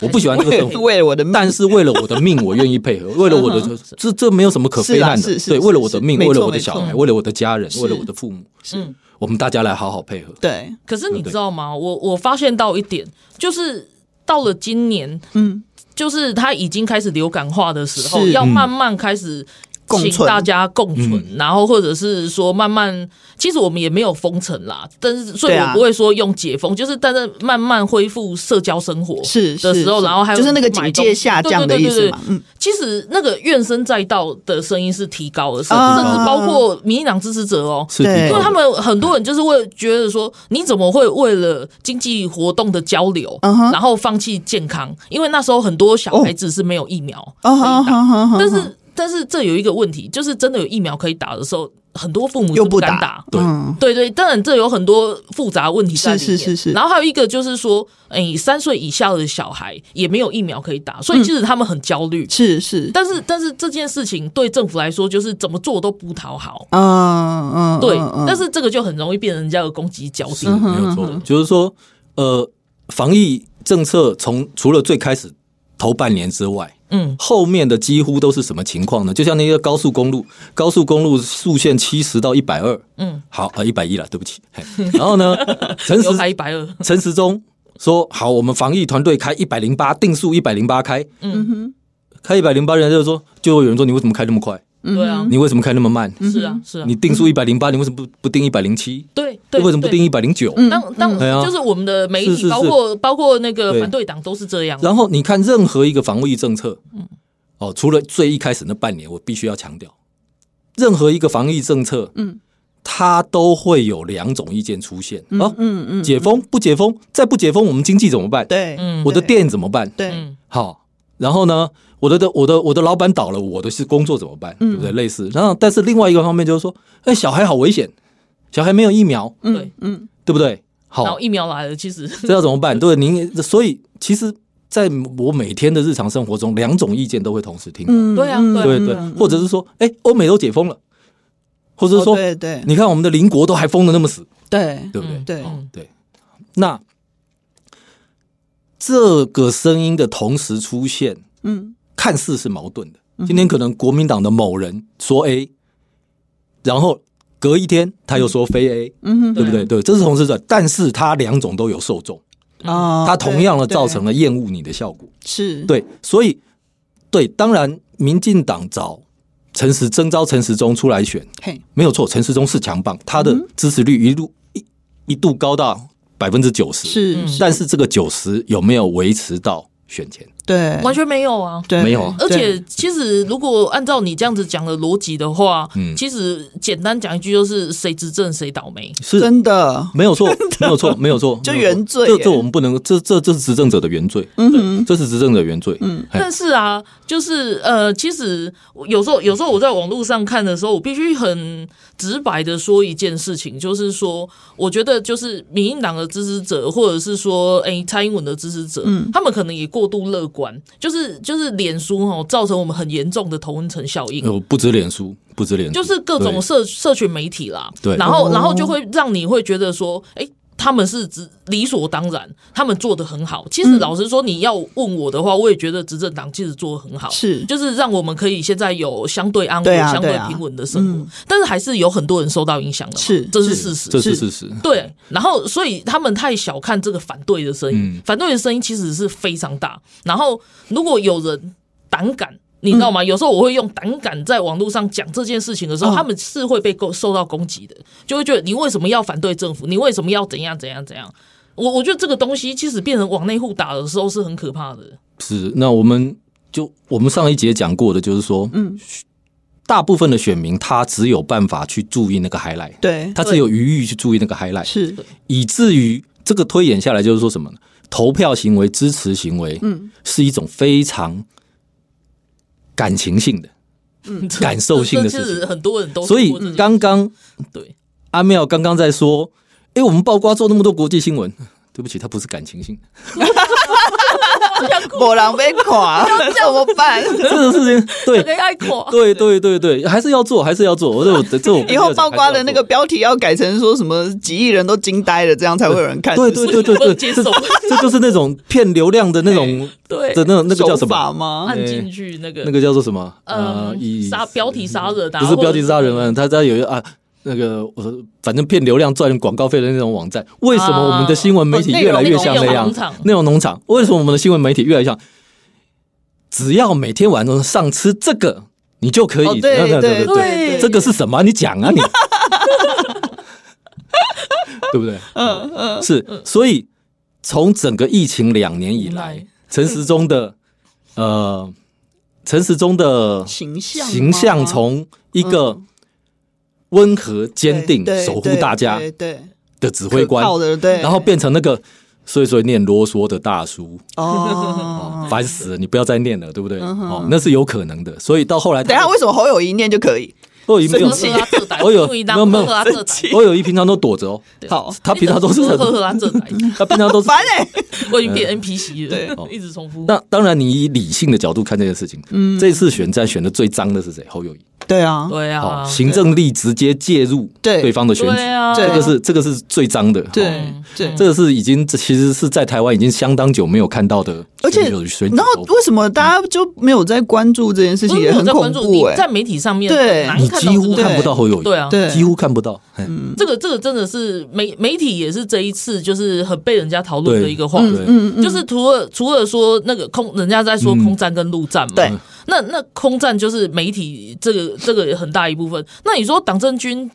我不喜欢这个
为
政 府，
为了我的命，啊
但是为了我的命，我愿 意配合。为了我的，这这没有什么可非难
是啊是。
的
是
对，
是
为了我的命，
是没
为
错
了我的小
没
孩，
错
为了我的家人，
是
为了我的父母，
嗯
我们大家来好好配合。
对，
可是你知道吗？我我发现到一点，就是到了今年，
嗯，
就是它已经开始流感化的时候，
是
要慢慢开始。
共
请
存嗯
大家共存，然后或者是说慢慢，其实我们也没有封城啦，但是所以
对
我
啊
不会说用解封，就是但是慢慢恢复社交生活
是
的时候，
是
然后还有
就是那个
买
警
东
戒
西
下
对
降的
对对
意
对
思嘛，嗯，
其实那个怨声载道的声音是提高了，甚
啊
甚至包括民进党支持者哦，
是
对
提
因
高
为
的
他们很多人就是会觉得说，你怎么会为了经济活动的交流，
嗯哼
然后放弃健康？因为那时候很多小孩子是没有疫苗可
哦，好
以打，
好好好，
但是但是这有一个问题，就是真的有疫苗可以打的时候，很多父母是
又不
敢
打
打。
对
嗯
对对，当然这有很多复杂问题在里面。
是是是是
然后还有一个就是说，哎，三岁以下的小孩也没有疫苗可以打，
嗯
所以其实他们很焦虑。
是是，
但是但是这件事情对政府来说，就是怎么做都不讨好。
嗯嗯，
对
嗯，嗯
但是这个就很容易变成人家的攻击焦
是
点。
没有
嗯
错的。就是说，呃，防疫政策从除了最开始头半年之外，
嗯，
后面的几乎都是什么情况呢？就像那个高速公路，高速公路速限七十到一百二，
嗯，
好，呃，一百一了，对不起。嘿然 后呢，陈时
有开一百二，
陈时中说：“好，我们防疫团队开一百零八，定速一百零八开。”
嗯
哼，开一百零八，人家就说，就有人说你为什么开那么快？
对啊，
嗯你为什么开那么慢？
是啊，是啊
你，定速一百零八，你为什么不不定一百零七？
对对，
为什么不
对
定一百零九？
当当
对啊
就是我们的媒
是是
体，
是
包括包括那个
对
反对党都是这样。
然后你看任何一个防疫政策，哦，除了最一开始那半年，我必须要强调，任何一个防疫政策，
嗯，
它都会有两种意见出现。哦，嗯嗯，解封不解封，再不解封，我们经济怎么办？
对，
嗯
我的店怎么办？
对，
嗯
好，然后呢，我的的我的我的老板倒了，我的是工作怎么办？对不对？类似，然后但是另外一个方面就是说，哎，小孩好危险，小孩没有疫苗，
对，
嗯，
对不对？
然后
好，
疫苗来了，其实
这要怎么办？对，您所以其实在我每天的日常生活中，两种意见都会同时听到，
嗯，
对啊
嗯
对啊
对对，或者是说，哎，欧美都解封了，或者是
哦
说，
对对
你看我们的邻国都还封的那么死，
对
对不对？
对，
嗯
对，那这个声音的同时出现，
嗯，
看似是矛盾的。今天可能国民党的某人说 A，然后隔一天他又说非 A，
嗯哼，
对不对？对，这是同时转，但是他两种都有受众，
啊，
他同样的
对
造成了厌恶你的效果。
是，
对，所以对，当然，民进党找陈时征召陈时中出来选，
嘿，嗯
没有错，陈时中是强棒，他的支持率一路一一度高到百分之九
嗯
十，
是，嗯
但是这个九十有没有维持到选前？
对，
完全没有啊。
对，
没有啊
而
对
且，其实如果按照你这样子讲的逻辑的话，
嗯
其实简单讲一句，就是谁执政谁倒霉。
是。
真的，
没有错，没有错，没有错，
就
没有错
原罪
这
耶
这我们不能，这这这是执政者的原罪，嗯，这是执政者的原罪，嗯，
但是啊，就是呃，其实有时候有时候我在网络上看的时候，我必须很直白的说一件事情，就是说，我觉得就是民进党的支持者，或者是说，哎、蔡英文的支持者，他们可能也过度乐观，就是就是脸书哈，造成我们很严重的头文层效应。
有呃不止脸书，不止脸书，
就是各种社社群媒体啦，
对
然后然后就会让你会觉得说，哎、他们是执理所当然，他们做的很好。其
嗯
实老实说，你要问我的话，我也觉得执政党其实做的很好，
是
就是让我们可以现在有相对安
对
稳、
啊
相
对
对
啊
平稳的生活，但是还是有很多人受到影响的嘛，
是
这是事实，
这是事实，
对，然后所以他们太小看这个反对的声音，
嗯
反对的声音其实是非常大。然后如果有人胆敢，你知道吗？有时候我会用胆敢在网络上讲这件事情的时候，
哦
他们是会被攻受到攻击的，就会觉得你为什么要反对政府？你为什么要怎样怎样怎样？我我觉得这个东西其实变成往内互打的时候是很可怕的。
是，那我们就我们上一节讲过的，就是说，嗯，大部分的选民他只有办法去注意那个 highlight，
对，
他只有余裕去注意那个 highlight，
是
以至于这个推演下来就是说什么呢？投票行为、支持行为，嗯，是一种非常感情性的、感受性的
嗯这
事
其实
情。
很多人都
所以
做过这件
刚刚
对
阿妙刚刚在说，诶，我们曝光做那么多国际新闻， 对不起，它不是感情性的。
波浪被 垮，怎么 办？
这个事情，
这
对
个爱垮，
对对对对，还是要做，还是要做。这我 这我
以后曝光的那个标题要改成说什么几亿人都惊呆了，这样才会有人看。
对
是不
对
是
对对
不能
对，
接
这
受
这就是那种骗流量的那种
对
的那种那个叫什
手法
么？
吗？
按进去那个
那个叫做什么？呃，
嗯
以
杀标题杀人啊，
不是
或者
标题杀人案，他他有一个啊。那个我反正骗流量赚广告费的那种网站，为什么我们的新闻媒体
啊
越来越像
哦
那
内容
样
农场？
内容农场，为什么我们的新闻媒体越来越像？只要每天晚上上吃这个，你就可
哦
以。
对对对
对
这个是什么？你讲 啊你，对不对？嗯嗯，是。所以从整个疫情两年以来
来，
陈时中的呃，陈时中的
形象吗嗯
形象从一个温和、坚定、
对对
守护大家
对对
的指挥
可
官，
靠的对，
然后变成那个碎碎念啰嗦的大叔，
哦。嗯
哦烦死了！你不要再念了，对不对？哦，那是有可能的。所以到后来，
等一下，为什么侯友谊念就可以？
我有一没有
呵呵 啊这歹
我有
注意当
没有
呵
没有
呵啊这歹
我有一平常都躲着哦，
好，
他平常都是
呵
很
呵啊这歹，
他平常都 是
烦哎、
我已经变 NPC 了， 一直重复。
嗯那当然，你以理性的角度看这件事情，嗯，这次选战选的最脏的是谁？侯友谊，
对啊，
对
好，
啊，
行政力直接介入
对
对方的选举
对，啊，
这
这个是这个是最脏的，
对、
哦
对，
这个是已经这其实是在台湾已经相当久没有看到的
而且
选举选举
然后
手法
为什么大家就没有在关注这件事
不
情？
是
也
我
很
在
恐
关注
怖
你
哎、
在媒体上面
对
很
欸
难
你
看到
几乎
这个
看不到侯友谊，
对啊
对
几乎看不到，嘿
这个这个真的是媒媒体也是这一次就是很被人家讨论的一个话
对嗯
题，就是除了除了说那个空，人家在说空战跟陆战嘛，
对，
那那空战就是媒体这个这个很大一部分。那你说党政军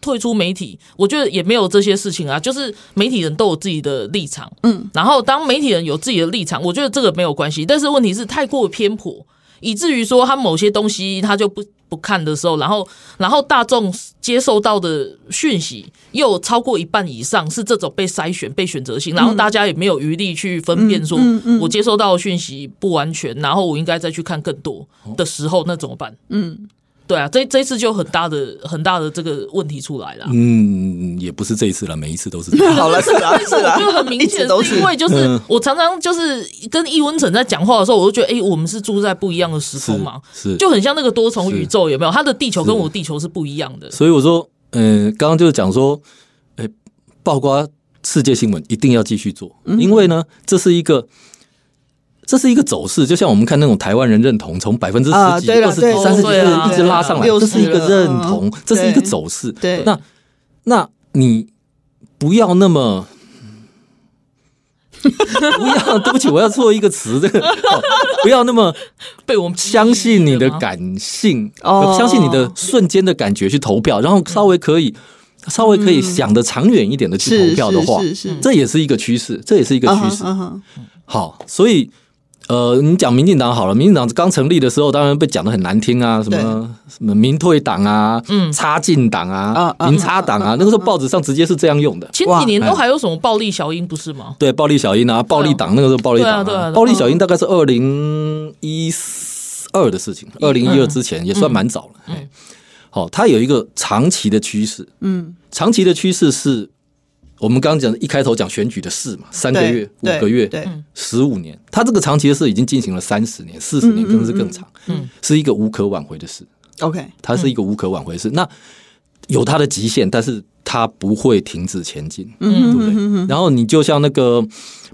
退出媒体，我觉得也没有这些事情啊，就是媒体人都有自己的立场，嗯，然后当媒体人有自己的立场，我觉得这个没有关系，但是问题是太过偏颇。以至于说他某些东西他就不不看的时候，然后然后大众接受到的讯息又有超过一半以上是这种被筛选、被选择性，然后大家也没有余力去分辨说，我接收到的讯息不完全，然后我应该再去看更多的时候，那怎么办？嗯，对啊，这这一次就很大的很大的这个问题出来了。
嗯，也不是这一次了，每一次都是这样
好了，是 啦是啦，
就很明
一直
显
都
是因为就是
嗯
我常常就是跟易文成在讲话的时候，我就觉得，哎、我们是住在不一样的时空嘛，
是是
就很像那个多重宇宙，有没有？他的地球跟我地球是不一样的，
所以我说，嗯、刚刚就是讲说，哎、曝光世界新闻一定要继续做，
嗯
因为呢，这是一个。这是一个走势，就像我们看那种台湾人认同，从百分之
啊
十几、
对了
二十
对
几、三十几
对啊
一直拉上来，
对啊
这是一个
60
认同，这是一个
对
走势。
嗯对
那那你不要那么， 不要，对不起，我要错一个词，这个、哦不要那么
被我们
相信你的
吗，
感性，
嗯
呃
哦
相信你的瞬间的感觉去投票，然后稍微可以、稍微可以想的长远一点的去
是
投票的话，
是是是，
这也是一个趋势，这也是一个趋势。
嗯哼嗯哼
好，所以呃，你讲民进党好了，民进党刚成立的时候，当然被讲的很难听啊，什么什么民退党啊，嗯，插进党啊
啊，啊
民插党啊，那个时候报纸上直接是这样用的。
前
哇
几年都还有什么暴力小鹰不是吗？
对，暴力小鹰啊，暴力党那个时候暴力党、
对啊对啊对啊
暴力小鹰大概是二零一二的事
嗯
情，二零一二之前也算蛮早了。哎好、它有一个长期的趋势，
嗯，
长期的趋势是我们刚刚讲的一开头讲选举的事嘛，三个
对
月、五
对
个月、嗯
对，
十五年，它这个长期的事已经进行了三十年、四十年，甚至更长，嗯，是一个无可挽回的事，
OK，
它是一个无可挽回的事。那有它的极限，但是它不会停止前进，嗯，对不对？然后你就像那个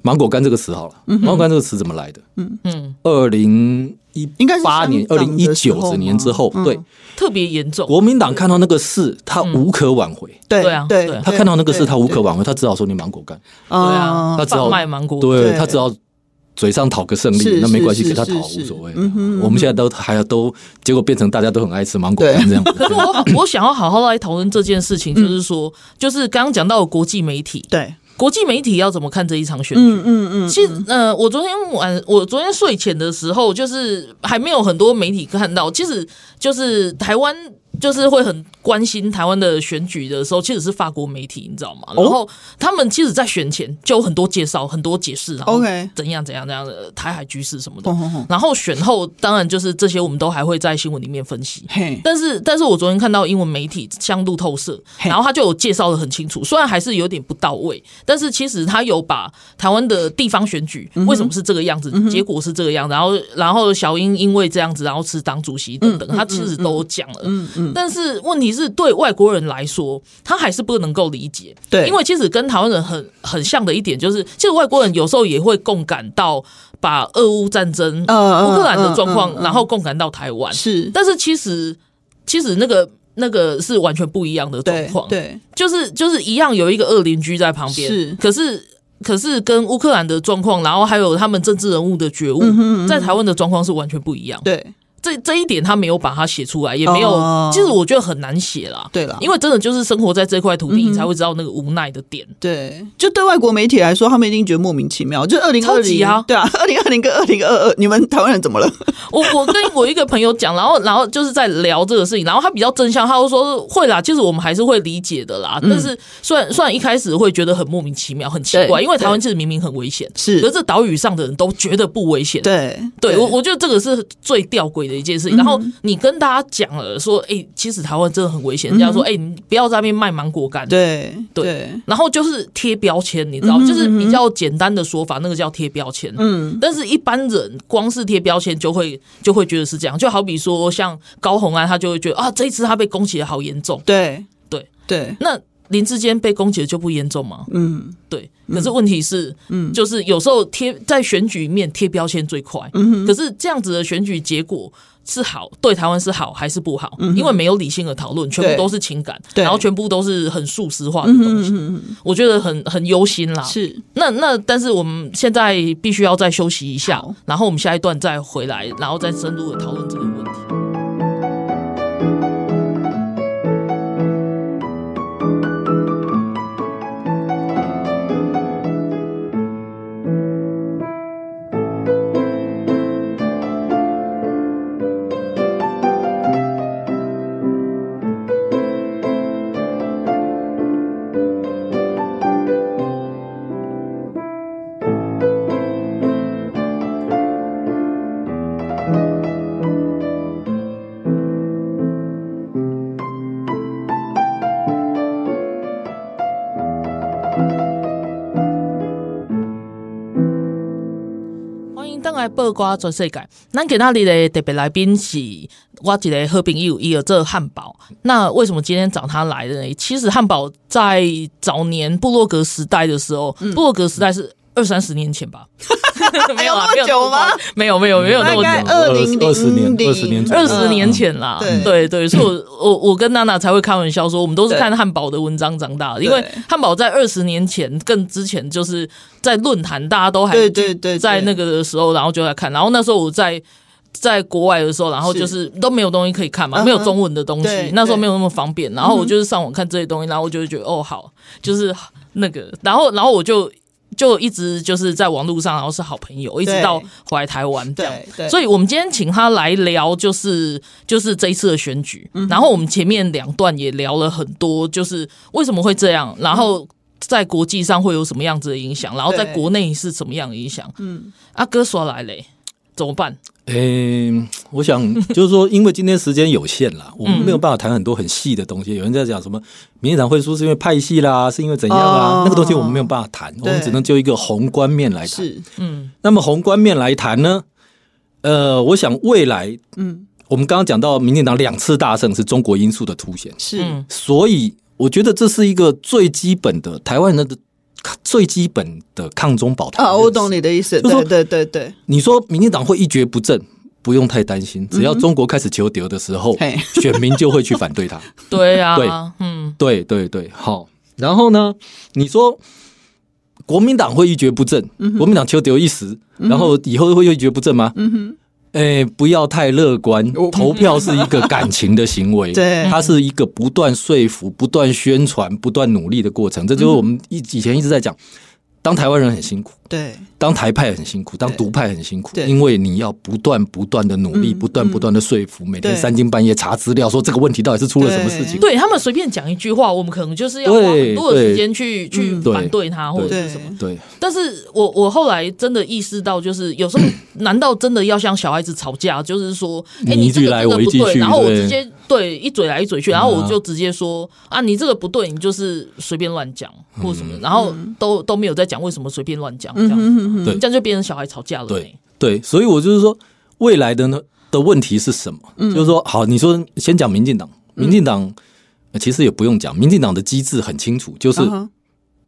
芒果干这个词好
嗯
了，芒果干这个词怎么来的？嗯
嗯，
二零一
应该是
八年、二
香
零
港
一
的时
九
候
十年之后，
吗嗯
对
特别严重。
国民党看到那个事，他无可挽回。
嗯对
对啊对啊
他看到那个事，
对
他无可挽回，他只好说你芒果干，
对
对啊，
他只好
贩卖芒果。
对
对
他只要嘴上讨个胜利
是，
那没关系，
是
给他
是
讨
是
无所谓
嗯哼。
我们现在都还要都，结果变成大家都很爱吃芒果干
对
这样。
可是我我想要好好来讨论这件事情，就是说，就是刚刚讲到的国际媒体，
对，
国际媒体要怎么看这一场选举？
嗯嗯嗯，
其实，呃，我昨天晚，我昨天睡前的时候，就是还没有很多媒体看到，其实就是台湾。就是会很关心台湾的选举的时候，其实是法国媒体，你知道吗？
哦
然后他们其实，在选前就有很多介绍、很多解释，然后
OK 哦
怎样怎样怎样的台海局势什么的
轰。轰轰，
然后选后，当然就是这些我们都还会在新闻里面分析。
嘿，
但是，但是我昨天看到英文媒体相度透射，
嘿
然后他就有介绍的很清楚，虽然还是有点不到位，但是其实他有把台湾的地方选举
嗯
为什么是这个样子，结果是这个样子，然后然后小英因为这样子，然后吃党主席等等，他其实都讲了。
嗯嗯，
但是问题是对外国人来说，他还是不能够理解，
对，
因为其实跟台湾人很很像的一点就是，其实外国人有时候也会共感到把俄乌战争、
嗯嗯
乌克兰的状况
嗯，嗯嗯
然后共感到台湾。
是
但是其实其实那个那个是完全不一样的状
对
况，，
对
就是就是一样有一个恶邻居在旁边，
是
可是。可是跟乌克兰的状况，然后还有他们政治人物的觉悟，
嗯
在台湾的状况是完全不一样。
对
这这一点他没有把它写出来，也没有，
哦
其实我觉得很难写啦。
对啦
因为真的就是生活在这块土地，你才会知道那个无奈的点。
对，就对外国媒体来说，他们一定觉得莫名其妙。就二零二
超级
零
啊
对啊， 二零二零跟二零二二，你们台湾人怎么了？
我我跟我一个朋友讲，然后然后就是在聊这个事情，然后他比较正向，他就说会啦，其实我们还是会理解的啦。但是虽然虽然一开始会觉得很莫名其妙、很奇怪，
嗯对
因为台湾其实明明很危险，
是
可是这岛屿上的人都觉得不危险。
对， 嗯
对我，我觉得这个是最吊诡的一件事情。然后你跟大家讲了说，哎、其实台湾真的很危险。人家
嗯
说，哎、你不要在那边卖芒果干。
对
对
对，
然后就是贴标签，你知道，就是比较简单的说法，那个叫贴标签。嗯，但是一般人光是贴标签就会就会觉得是这样，就好比说像高红安，他就会觉得啊，这一次他被攻击的好严重。
对
对，
对，
那林志坚被攻击的就不严重吗？
嗯，
对，可是问题是，嗯，就是有时候贴在选举里面贴标签最快，嗯，可是这样子的选举结果是好，对台湾是好还是不好？因为没有理性的讨论，全部
对
都是情感，
嗯对嗯
然后全部都是很素食化的东西，我觉得很很忧心啦。
是
那那，但是我们现在必须要再休息一下，然后我们下一段再回来，然后再深入的讨论这个问题。欢迎登来八卦全世界。咱今仔日的特别来宾是我一个好朋友，伊有做汉堡。那为什么今天找他来的呢？其实汉堡在早年部落格时代的时候，
嗯
部落格时代是二三十年前 吧。没有啊，没
有那么
有
久吗
没有没有没有那么
大
久
概。二零
二十年
零
二十年左右
二十年前啦，
嗯
对对，所以我我我跟娜娜才会开玩笑说，我们都是
对
看汉堡的文章长大的，因为
对
汉堡在二十年前更之前，就是在论坛大家都还
对对对，
在那
个
个的时候，然后就在看。然后那时候我在在国外的时候，然后
是
就是都没有东西可以看嘛，
嗯哼
没有中文的东西
对，
那时候没有那么方便。然后我就是上网看这些东西，然后我就会觉得哦好，就是那个，然后然后我就。就一直就是在网络上，然后是好朋友，一直到回来台湾这样。
对对
所以我们今天请他来聊，就是就是这一次的选举。然后我们前面两段也聊了很多，就是为什么会这样，然后在国际上会有什么样子的影响，然后在
对
国内是什么样的影响。嗯，阿哥说来嘞，怎么办？
嗯诶、我想就是说，因为今天时间有限 啦，我们没有办法谈很多很细的东西。有人在讲什么民进党会输是因为派系啦，是因为怎样啦，
哦
那个东西我们没有办法谈，我们
对
只能就一个宏观面来谈。
是，
那么宏观面来谈呢，呃，我想未来，
嗯，
我们刚刚讲到民进党两次大胜是中国因素的凸显，
是，
嗯
所以我觉得这是一个最基本的台湾人的最基本的抗中保台。
啊，我懂。你的意思，
就说
对对对对，
你说民进党会一蹶不振，不用太担心，只要中国开始求得的时候，
嘿
选民就会去反对他。
对啊，
对
嗯，
对对对，好。然后呢，你说国民党会一蹶不振，国民党求得一时，然后以后会一蹶不振吗？嗯哼。哎，不要太乐观。投票是一个感情的行为，
对
它是一个不断说服、不断宣传、不断努力的过程。这就是我们以以前一直在讲，当台湾人很辛苦，
对
当台派很辛苦，当独派很辛苦，
对嗯
因为你要不断不断的努力，不断不断的说服，每天
对
三更半夜查资料，说这个问题到底是出了什么事情。
对他们随便讲一句话，我们可能就是要花很多的时间去去
对
反对他或者
对
是什么。
对
但是我我后来真的意识到，就是有时候难道真的要像小孩子吵架，就是说，哎、
你一
这
句
个
来
真的
我一
不
句
对，
去
然后我
对
直接对一嘴来一嘴去，然后我就直接说啊，你这个不对，你就是随便乱讲或
嗯
什么，然后都都没有在讲为什么随便乱讲
嗯
这样子，
对
这样就变成小孩吵架了、哎
对对，所以我就是说，未来的呢的问题是什么？
嗯
就是说，好，你说先讲民进党，民进党、呃其实也不用讲，民进党的机制很清楚，就是
嗯哼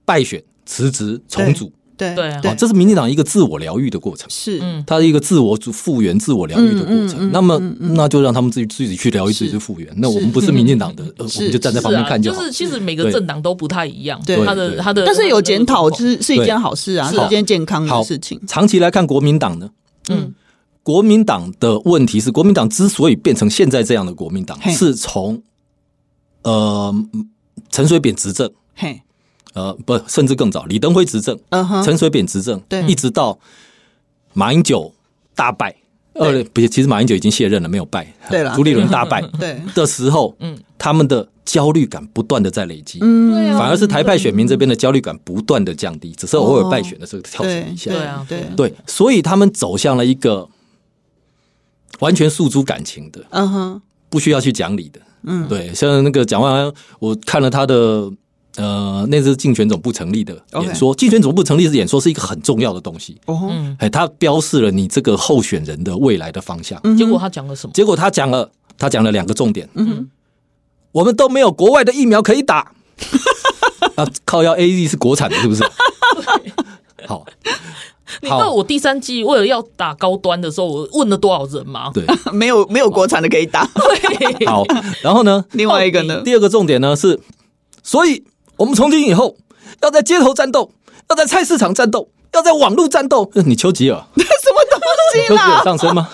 败选、辞职、重组，
对
对啊嗯
好，这是民进党一个自我疗愈的过程。
是，
它是一个自我复原、自我疗愈的过程。那么，那就让他们自己自己去疗愈、自己去复原。那我们不是民进党的，呃，我们就站在旁
是
边
啊，
看就
就
好。
是其实每个
对
政党都不太一样，
对
他的
对
他的，
但是有检讨
就是
是一件好事啊，是
对
一件健康
好
的事情，
长期来看，国民党呢，
嗯，
国民党的问题是，国民党之所以变成现在这样的国民党，
嘿
是从呃陈水扁执政，
嘿，
呃，不，甚至更早，李登辉执政，
嗯哼，
陈水扁执政，
对
一直到马英九大败，呃，不，其实马英九已经卸任了，没有败，
对啦
朱立伦大败
对
的时候，嗯，他们的焦虑感不断的在累积，嗯，
对啊
反而是台派选民这边的焦虑感不断的降低，只是偶尔败选的时候跳
哦对
升一下，
对啊
对，
对，所以他们走向了一个完全诉诸感情的，
嗯哼，
不需要去讲理的。嗯，对，像那个蒋万安，我看了他的呃那次竞选总部成立的
OK
演说，竞选总部成立的演说是一个很重要的东西，
哦，
哎，它标示了你这个候选人的未来的方向。
嗯
结果他讲了什么？
结果他讲了，他讲了两个重点，嗯，我们都没有国外的疫苗可以打，啊，靠要 A Z 是国产的，是不是？好，
你知道我第三季为了要打高端的时候，我问了多少人吗？
对，
没有没有国产的可以打，
好，然后呢，哦
另外一个呢，
第二个重点呢是，所以我们从今以后要在街头战斗，要在菜市场战斗，要在网络战斗。呃你丘吉尔，你
什么东
丘
西
吉尔
啦？
上 身吗？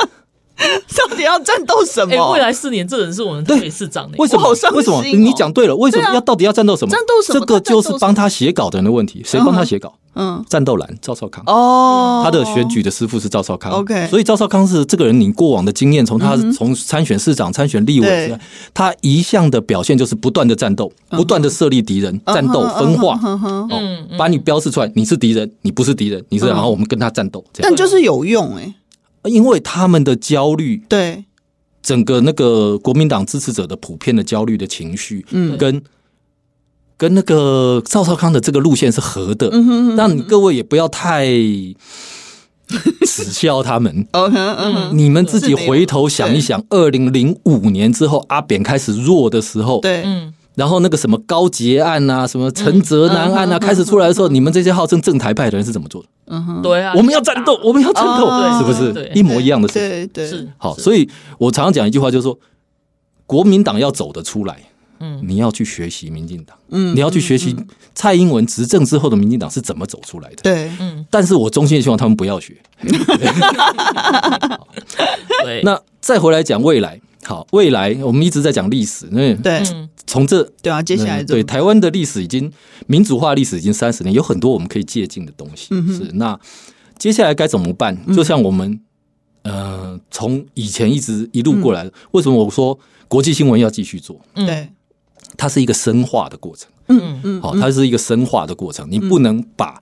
到底要战斗什
哎、
么？
未来四年这人是我们台北市长呢、
为什么？
我好伤心哦
为什么？哎你讲对了，为什么
对啊
要到底要战斗什么？
战斗什么
这个就是帮他写稿的人的问题。谁帮他写稿？
嗯，
战斗蓝赵少康。
哦，
他的选举的师傅是赵少康
OK
所以赵少康是这个人，你过往的经验，从他从参选市长、参选立委之
对
外，他一向的表现就是不断的战斗，不断的设立敌人，战斗分化，哦，把你标示出来，你是敌人，你不是敌人，你是，然后我们跟他战斗，这样
但，就是有用哎，
因为他们的焦虑，
对，
整个那个国民党支持者的普遍的焦虑的情绪，嗯，跟跟那个赵少康的这个路线是合的，嗯但各位也不要太耻笑他们。
嗯哼嗯哼，
你们自己回头想一想，二零零五年之后，阿扁开始弱的时候，
对，
然后那个什么高捷案啊，什么陈泽南案啊，开始出来的时候，你们这些号称正台派的人是怎么做的？
对啊，
我们要战斗，我们要战斗，
哦
是不
对
是
对
一模一样的事情？
对对
是
好，所以我常常讲一句话，就是说，国民党要走得出来，嗯，你要去学习民进党，嗯，你要去学习蔡英文执政之后的民进党是怎么走出来的。
对，
但是我衷心的希望他们不要学。
对，
那再回来讲未来，好，未来我们一直在讲历史，那
对，
从这
对啊，接下来
嗯
怎么
对台湾的历史已经民主化历史已经三十年，有很多我们可以借鉴的东西。
嗯
是那接下来该怎么办？就像我们、呃，从以前一直一路过来
嗯
的，为什么我说国际新闻要继续做？
对，
它是一个深化的过程。
嗯嗯，
好、它是一个深化的过程，你不能把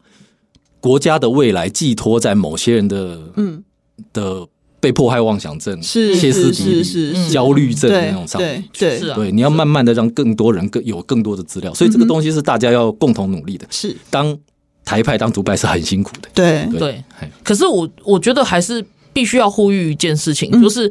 国家的未来寄托在某些人的
嗯
的被迫害妄想症、
是
歇斯
是
底里、
是是
焦虑症那
对
种上面
对。对
是啊
对，你要慢慢的让更多人更有更多的资料，
嗯
所以这个东西是大家要共同努力的。
是，
当台派当独派是很辛苦的，
对
对
对
嘿，
可是我我觉得还是必须要呼吁一件事情，就是。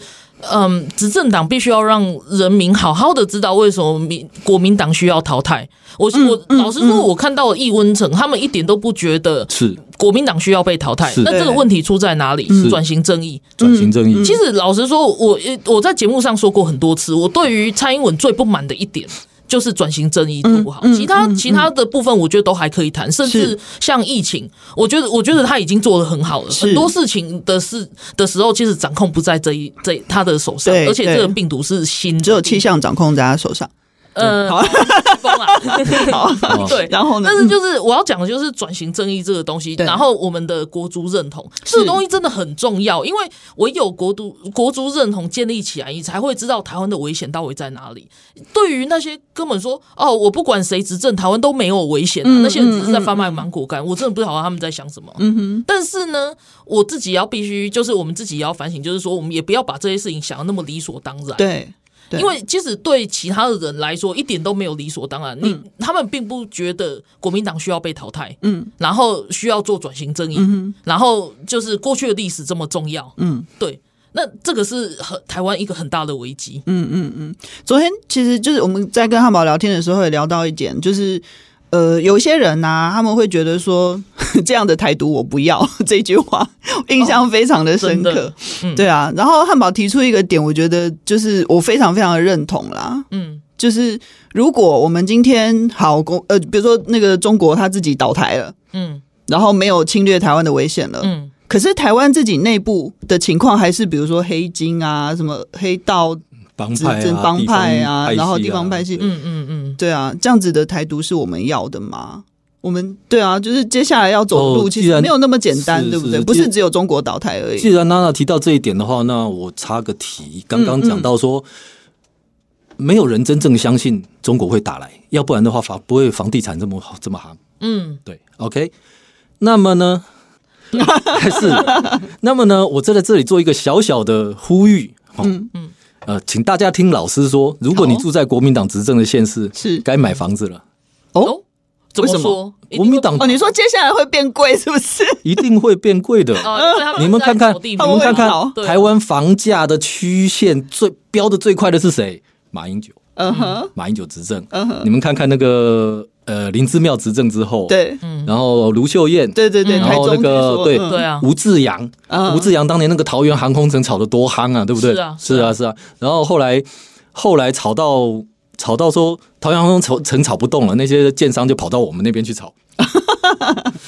嗯，执政党必须要让人民好好的知道为什么民国民党需要淘汰。我、
嗯
我老实说，我看到易温成他们一点都不觉得
是
国民党需要被淘汰。
是嗯
那这个问题出在哪里？转型正义。
转型正义。
嗯
其实老实说，我呃我在节目上说过很多次，我对于蔡英文最不满的一点。就是转型正义
嗯
做不好，其他、其他的部分我觉得都还可以谈，甚至像疫情，我觉得我觉得他已经做得很好了，
是
很多事情的事的时候，其实掌控不在这一这他的手上，
对
而且这个
对
病毒是新的，
只有气，象掌控在他手上。
呃，
好
疯了，
好，
对，
然后呢？
但是就是我要讲的就是转型正义这个东西，
对
然后我们的国足认同这个东西真的很重要，因为唯有国足国足认同建立起来，你才会知道台湾的危险到底在哪里。对于那些根本说哦，我不管谁执政，台湾都没有危险、啊，
嗯
那些人只是在贩卖芒果干，我真的不知道他们在想什么。嗯哼，但是呢，我自己要必须就是我们自己也要反省，就是说我们也不要把这些事情想的那么理所当然。
对，对
因为其实对其他的人来说，一点都没有理所当然。
嗯
你、他们并不觉得国民党需要被淘汰，嗯，然后需要做转型正义，
嗯
然后就是过去的历史这么重要，
嗯，
对。那这个是很台湾一个很大的危机，嗯，
昨天其实就是我们在跟汉堡聊天的时候也聊到一点，就是呃，有些人呐、他们会觉得说这样的台独我不要这句话，印象非常的深
真
刻。
的嗯
对啊，然后汉堡提出一个点，我觉得就是我非常非常的认同啦。
嗯，
就是如果我们今天好公呃，比如说那个中国他自己倒台了，
嗯
然后没有侵略台湾的危险了，
嗯，
可是台湾自己内部的情况还是，比如说黑金啊、什么黑道、
帮
执
派
政
啊，
帮
地方
派啊，
系
然后地方派系，
嗯嗯嗯，
对啊，这样子的台独是我们要的吗？我们对啊，就是接下来要走的路，
哦
其
既
实
然
没有那么简单，
是
对不
是
对？
既
不是只有中国倒台而已
既。然娜娜提到这一点的话，那我插个题，刚刚讲到说，
嗯
没有人真正相信中国会打来，要不然的话，房不会房地产这么好这么行。
嗯，
对，OK。那么 呢，是，那么呢，我再在这里做一个小小的呼吁。嗯嗯，呃，请大家听老师说，如果你
好
住在国民党执政的县市，
是
该买房子了。
哦
怎么
为什么
说？
国民党
哦，你说接下来会变贵是不是？
一定会变贵的。
啊，
你们看看，你
你
们看看
炒
对
台湾房价的曲线最飙的最快的是谁？马英九，
嗯哼，
马英九执政。你们看看那个呃林芝妙执政之后，，
对
然后卢秀燕，嗯
对对对，
然
台中
后那
据
个
说
对
嗯
嗯
对啊
吴志阳，
嗯
吴志阳当年那个桃园航空城炒得多夯啊，对不对？
是啊
是啊，是啊。然后后来后来炒到炒到说桃园航空城城炒不动了，那些建商就跑到我们那边 去炒。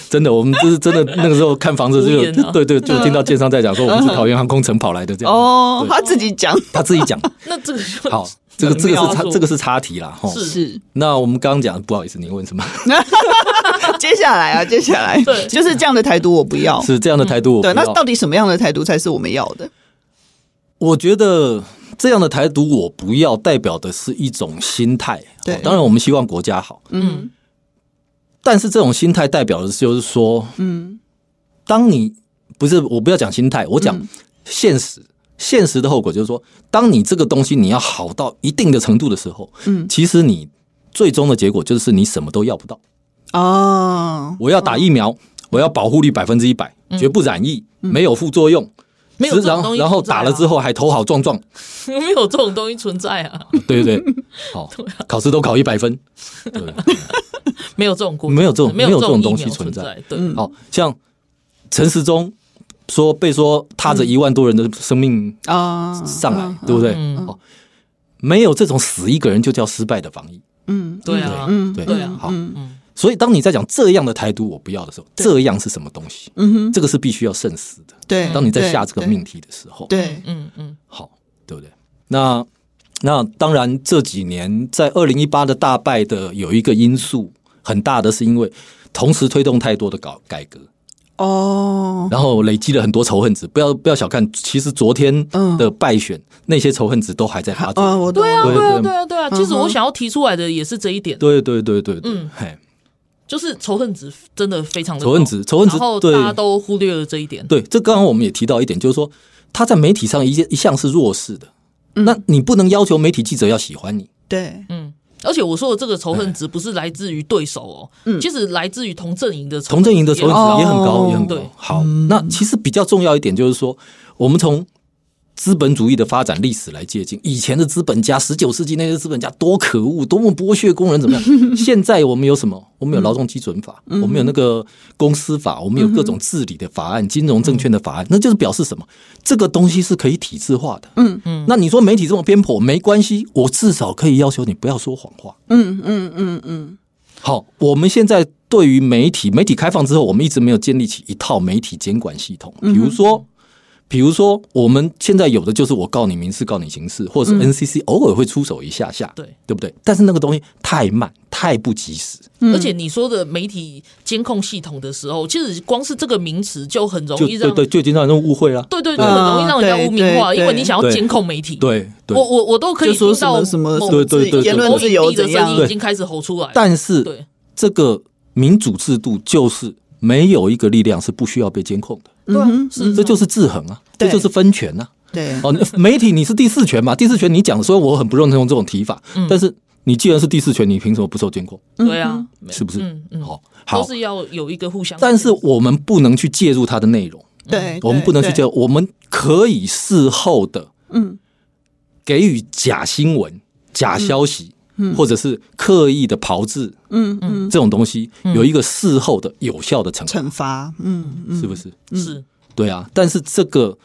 真的，我们就是真的那个时候看房子就
无言啊
有对对，就听到建商在讲说我们是桃园航空城跑来的这样。
哦，
对
他自己讲
他自己 讲，
那这个就
好，这个这
没
个
有
是差
说
这个是差题啦，吼。
是
是
那我们刚刚讲，不好意思，你问什么？
接下来啊，接下来
对
就是这样的台独我不要。
是这样的态度我不
哦嗯对，
要，
那到底什么样的台独才是我们要的？
我觉得这样的台独我不要，代表的是一种心态。
对
哦当然我们希望国家好，
嗯
但是这种心态代表的就是说，
嗯，
当你不是我不要讲心态，我
嗯
讲现实。现实的后果就是说，当你这个东西你要好到一定的程度的时候，
嗯
其实你最终的结果就是你什么都要不到。
哦，
我要打疫苗，我要保护率百分之一百，绝不染疫，没有副作用，
嗯没有
只
这种
然后
东西
然后
存在
打
啊
了之后还头好壮壮，
没有这种东西存在啊，
对对对， 好，
啊
考试都考一百分， 对，
没有这种国
没有这种
没有
没有这种
疫
东西
苗
存在嗯
在，对，
好像陈时中说被说踏着一万多人的生命
嗯啊，嗯
上来，对不对？哦，没有这种死一个人就叫失败的防疫，
嗯，
对啊，
对
对啊
好，所以当你在讲这样的台独我不要的时候，这样是什么东西？
嗯哼，
这个是必须要慎思的。
对。
当你在
对
下这个
对
命题的时候，
对，
嗯嗯，
好，对不对？那那当然，这几年在二零一八的大败的有一个因素很大的，是因为同时推动太多的搞改革，
哦，
然后累积了很多仇恨值。不要不要小看，其实昨天的败选、那些仇恨值都还在发作。
哦，我懂
对啊，
对
对啊，
对嗯
对啊，对啊。其实我想要提出来的也是这一点，
对对对对对，嗯，嘿，
就是仇恨值真的非常的高
仇恨值仇恨值
然后
对
大家都忽略了这一点。
对，这刚刚我们也提到一点，就是说他在媒体上一一向是弱势的，那你不能要求媒体记者要喜欢你。
对，
嗯
而且我说的这个仇
哎
恨值不是来自于对手哦，
嗯
其实来自于同阵营的仇
同阵营的
也
仇恨值也很高，
哦
也很高
对。
好，那其实比较重要一点就是说，我们从资本主义的发展历史来借鉴，以前的资本家，十九世纪那些资本家多可恶，多么剥削工人，怎么 样？现在我们有什么？我们有劳动基准法，我们有那个公司法，我们有各种治理的法案、金融证券的法案，那就是表示什么？这个东西是可以体制化的。嗯嗯。那你说媒体这么偏颇没关系，我至少可以要求你不要说谎话。
嗯嗯嗯嗯，
好，我们现在对于媒体，媒体开放之后，我们一直没有建立起一套媒体监管系统。比如说，比如说，我们现在有的就是我告你民事，告你刑事，或者是 NCC 偶尔会出手一下下，
对
对不对？但是那个东西太慢，太不及时，
嗯
而且你说的媒体监控系统的时候，其实光是这个名词就很容
就
易
对
让
对，就已经让人误会了。
对对对，很容易让人家
对
污名化，
对
因为你
对
想要
对
监控媒体。，
对对
我，我我都可以
就说
听
什
到
么什么
某
对对对
言论自由
某一地
怎
的
样
声音已经开始吼出来了。
但是
对
这个民主制度就是没有一个力量是不需要被监控的，
对啊，是
这就是制衡啊，这
对
就是分权啊。
嗯对，
哦，那媒体你是第四权嘛？第四权你讲，所以我很不认同这种提法。
嗯
但是你既然是第四权，你凭什么不受监控？
对啊，没
是不是？
嗯嗯，
好，
都
好，
是要有一个互相。
但是我们不能去介入它的内容，
对，
我们不能去介
对，
入，我们可以事后的
嗯，
给予假新闻、假消息，或者是刻意的炮制
嗯嗯，
这种东西，有一个事后的有效的惩罚，
惩罚，嗯嗯，
是不是？
是
对啊，但是这个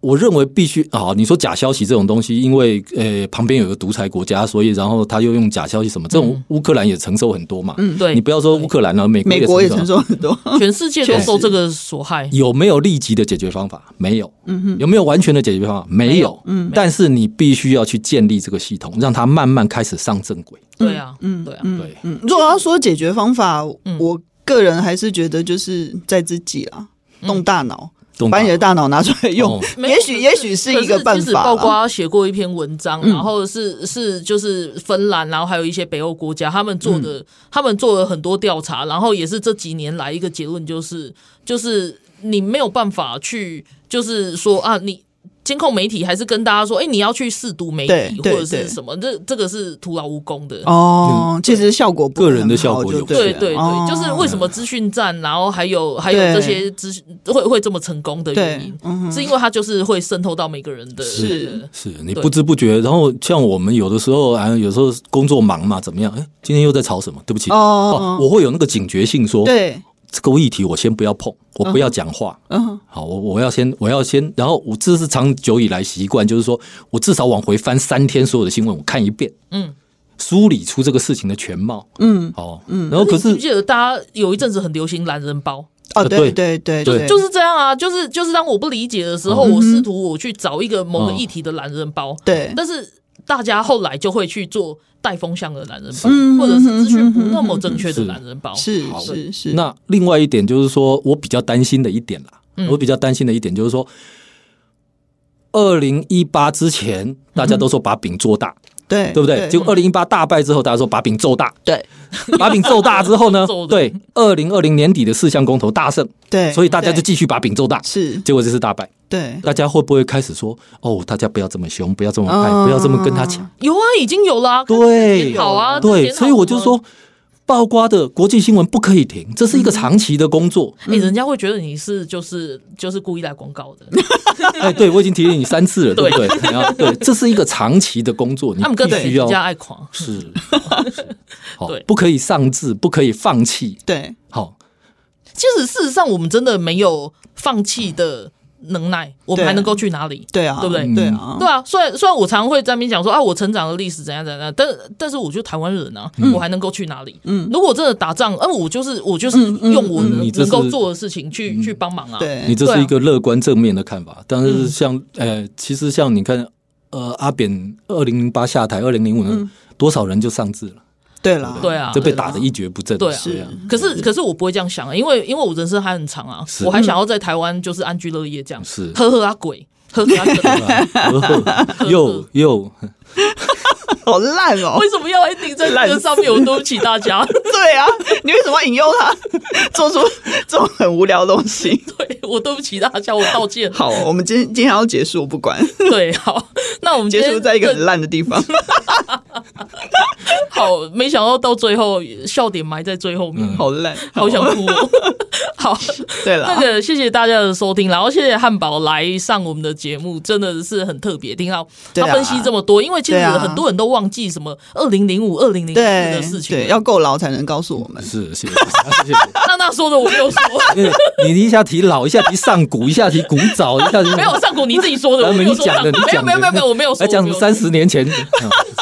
我认为必须啊，你说假消息这种东西，因为呃旁边有个独裁国家，所以然后他又用假消息什么，这种乌克兰也承受很多嘛。嗯，
对
你不要说乌克兰啊了，美国
美国也
承
承
受。
受很多，
嗯
全世界都受这个所害。
有没有立即的解决方法？没有。嗯哼，有没有完全的解决方法？没有。嗯，但是你必须要去建立这个系统，让它慢慢开始上正轨。
对啊，嗯，对啊，
对，
嗯，如果要说解决方法，
嗯
我个人还是觉得就是在自己啦，动大脑，
嗯动
把
大
你的
脑
大脑拿出来用
哦，
没有
也许
可
也许是一个办
可是其实
法啊
包
嗯啦。
括写过一篇文章，然后是是就是芬兰，然后还有一些北欧国家，他们做
嗯
的、他们做了很多调查，然后也是这几年来一个结论就是就是你没有办法去就是说啊你。监控媒体还是跟大家说，哎、你要去试读媒
对
体或
对
者是
对
什么，这这个是徒劳无功的。
哦，其实效果不
嗯个人的
很好
效果
就
有
对
对
对对，
哦
就是为什么资讯站，然后还有还有
对
这些资讯会会这么成功的原因
对，嗯哼
是因为它就是会渗透到每个人的
是
是你
对
不知不觉，然后像我们有的时候啊，有时候工作忙嘛，怎么样？哎，今天又在吵什么？对不起，
哦哦哦
我会有那个警觉性说，
对，
这个议题我先不要碰，我不要讲话。
嗯，
好，我我要先，我要先，然后我这是长久以来习惯，就是说我至少往回翻三天所有的新闻，我看一遍，
嗯，
梳理出这个事情的全貌。
嗯，
哦，嗯，然后可
可是你记
是
不记得大家有一阵子很流行懒人包？
哦，
呃
对
对
对对
对
对，
就是这样啊，就是就是当我不理解的时候，我试图我去找一个某个议题的懒人包，
嗯对
但是大家后来就会去做带风向的懒人包，或者是资讯不那么正确的懒人包，
是
好
是是，
那另外一点就是说，我比较担心的一点啦，
嗯
我比较担心的一点就是说，二零一八之前大家都说把饼做大，
嗯对嗯
对不对？结果二零一八大败之后，大家说把饼揍大，
对
把饼揍大之后 呢
揍，的
对，二零二零年底的四项公投大胜，
对，
所以大家就
对
继续把饼揍大，
是
结果这是大败。
对
大家会不会开始说哦，大家不要这么凶，不要这么派，
嗯
不要这么跟他抢？
有啊，已经有啦，
对，
好啊，
对，所以我就。说，爆瓜的国际新闻不可以停，这是一个长期的工作。
哎、人家会觉得你是就是就是故意来广告的，啊
哎，对我已经提醒你三次了，对
对
不对？你 要对，这是一个长期的工作，你
他们跟
必须
人家
要
爱狂，
是， 是好
对，
不可以丧志，不可以放弃，
对
好。
其实事实上，我们真的没有放弃的能耐，我们
对
还能够去哪里？
对啊，
对不
嗯
对
对啊，
对啊，虽然虽然我常会在那边讲说啊，我成长的历史怎样怎样，但但是我就台湾人啊，我还能够去哪里？嗯，如果真的打仗，那、我就是我就是
嗯
用我能,、
你这
能
是嗯
够做的事情去、去帮忙啊。，
对
你这
对
是
啊
一个乐观正面的看法，但是像、呃，其实像你看，呃阿扁二零零八下台，二零零五呢，多少人就上志了，
对啦，
嗯对啊，
就被
对啊
打得一蹶不振。
对啊
是啊，
可
嗯
是可是我不会这样想，因为因为我人生还很长啊，
是
我还想要在台湾就是安居乐业这样，
是
呵呵啊鬼，呵呵啊鬼，
哦 又又
好烂哦、
为什么要一定在这个上面？我对不起大家，
对啊，你为什么要引诱他做出这种很无聊的东西？
对我对不起大家，我道 歉。
好，我们今天今天要结束，我不 管，
对，好，那我们今
结
天
束在一个
就
很烂的地方。
好，没想到到最后笑点埋在最后面，
好烂，
好想哭、 哦。好，
对啦
那，个谢谢大家的收听，然后谢谢汉堡来上我们的节目，真的是很特别，听到
对
他
啊
分析这么多，因为其实
对啊
很多人都忘记什么二零零五、二零零四的
对
事情啊
对，
了。
要够老才能告诉我们。
是谢谢谢 谢，
那那说的我没 有说，
因为你一下提老，一下提上古，一下提古早，一下提
没有上古你自己说 的，我
咱
没
们
有
哦你
说
讲
上
的，
古
你
没有
讲
没有没有没有，我没有说
还讲三十年前，嗯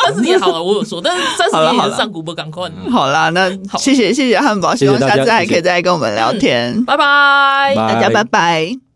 三十年好了，我有说，但是三十
好了
年也
好
是
了
上古不赶快，嗯
好啦，那
好
谢谢谢谢汉堡，希望
谢谢大
下
家
次还
谢谢
嗯
可以再来跟我们聊天。
拜拜。
大家拜拜。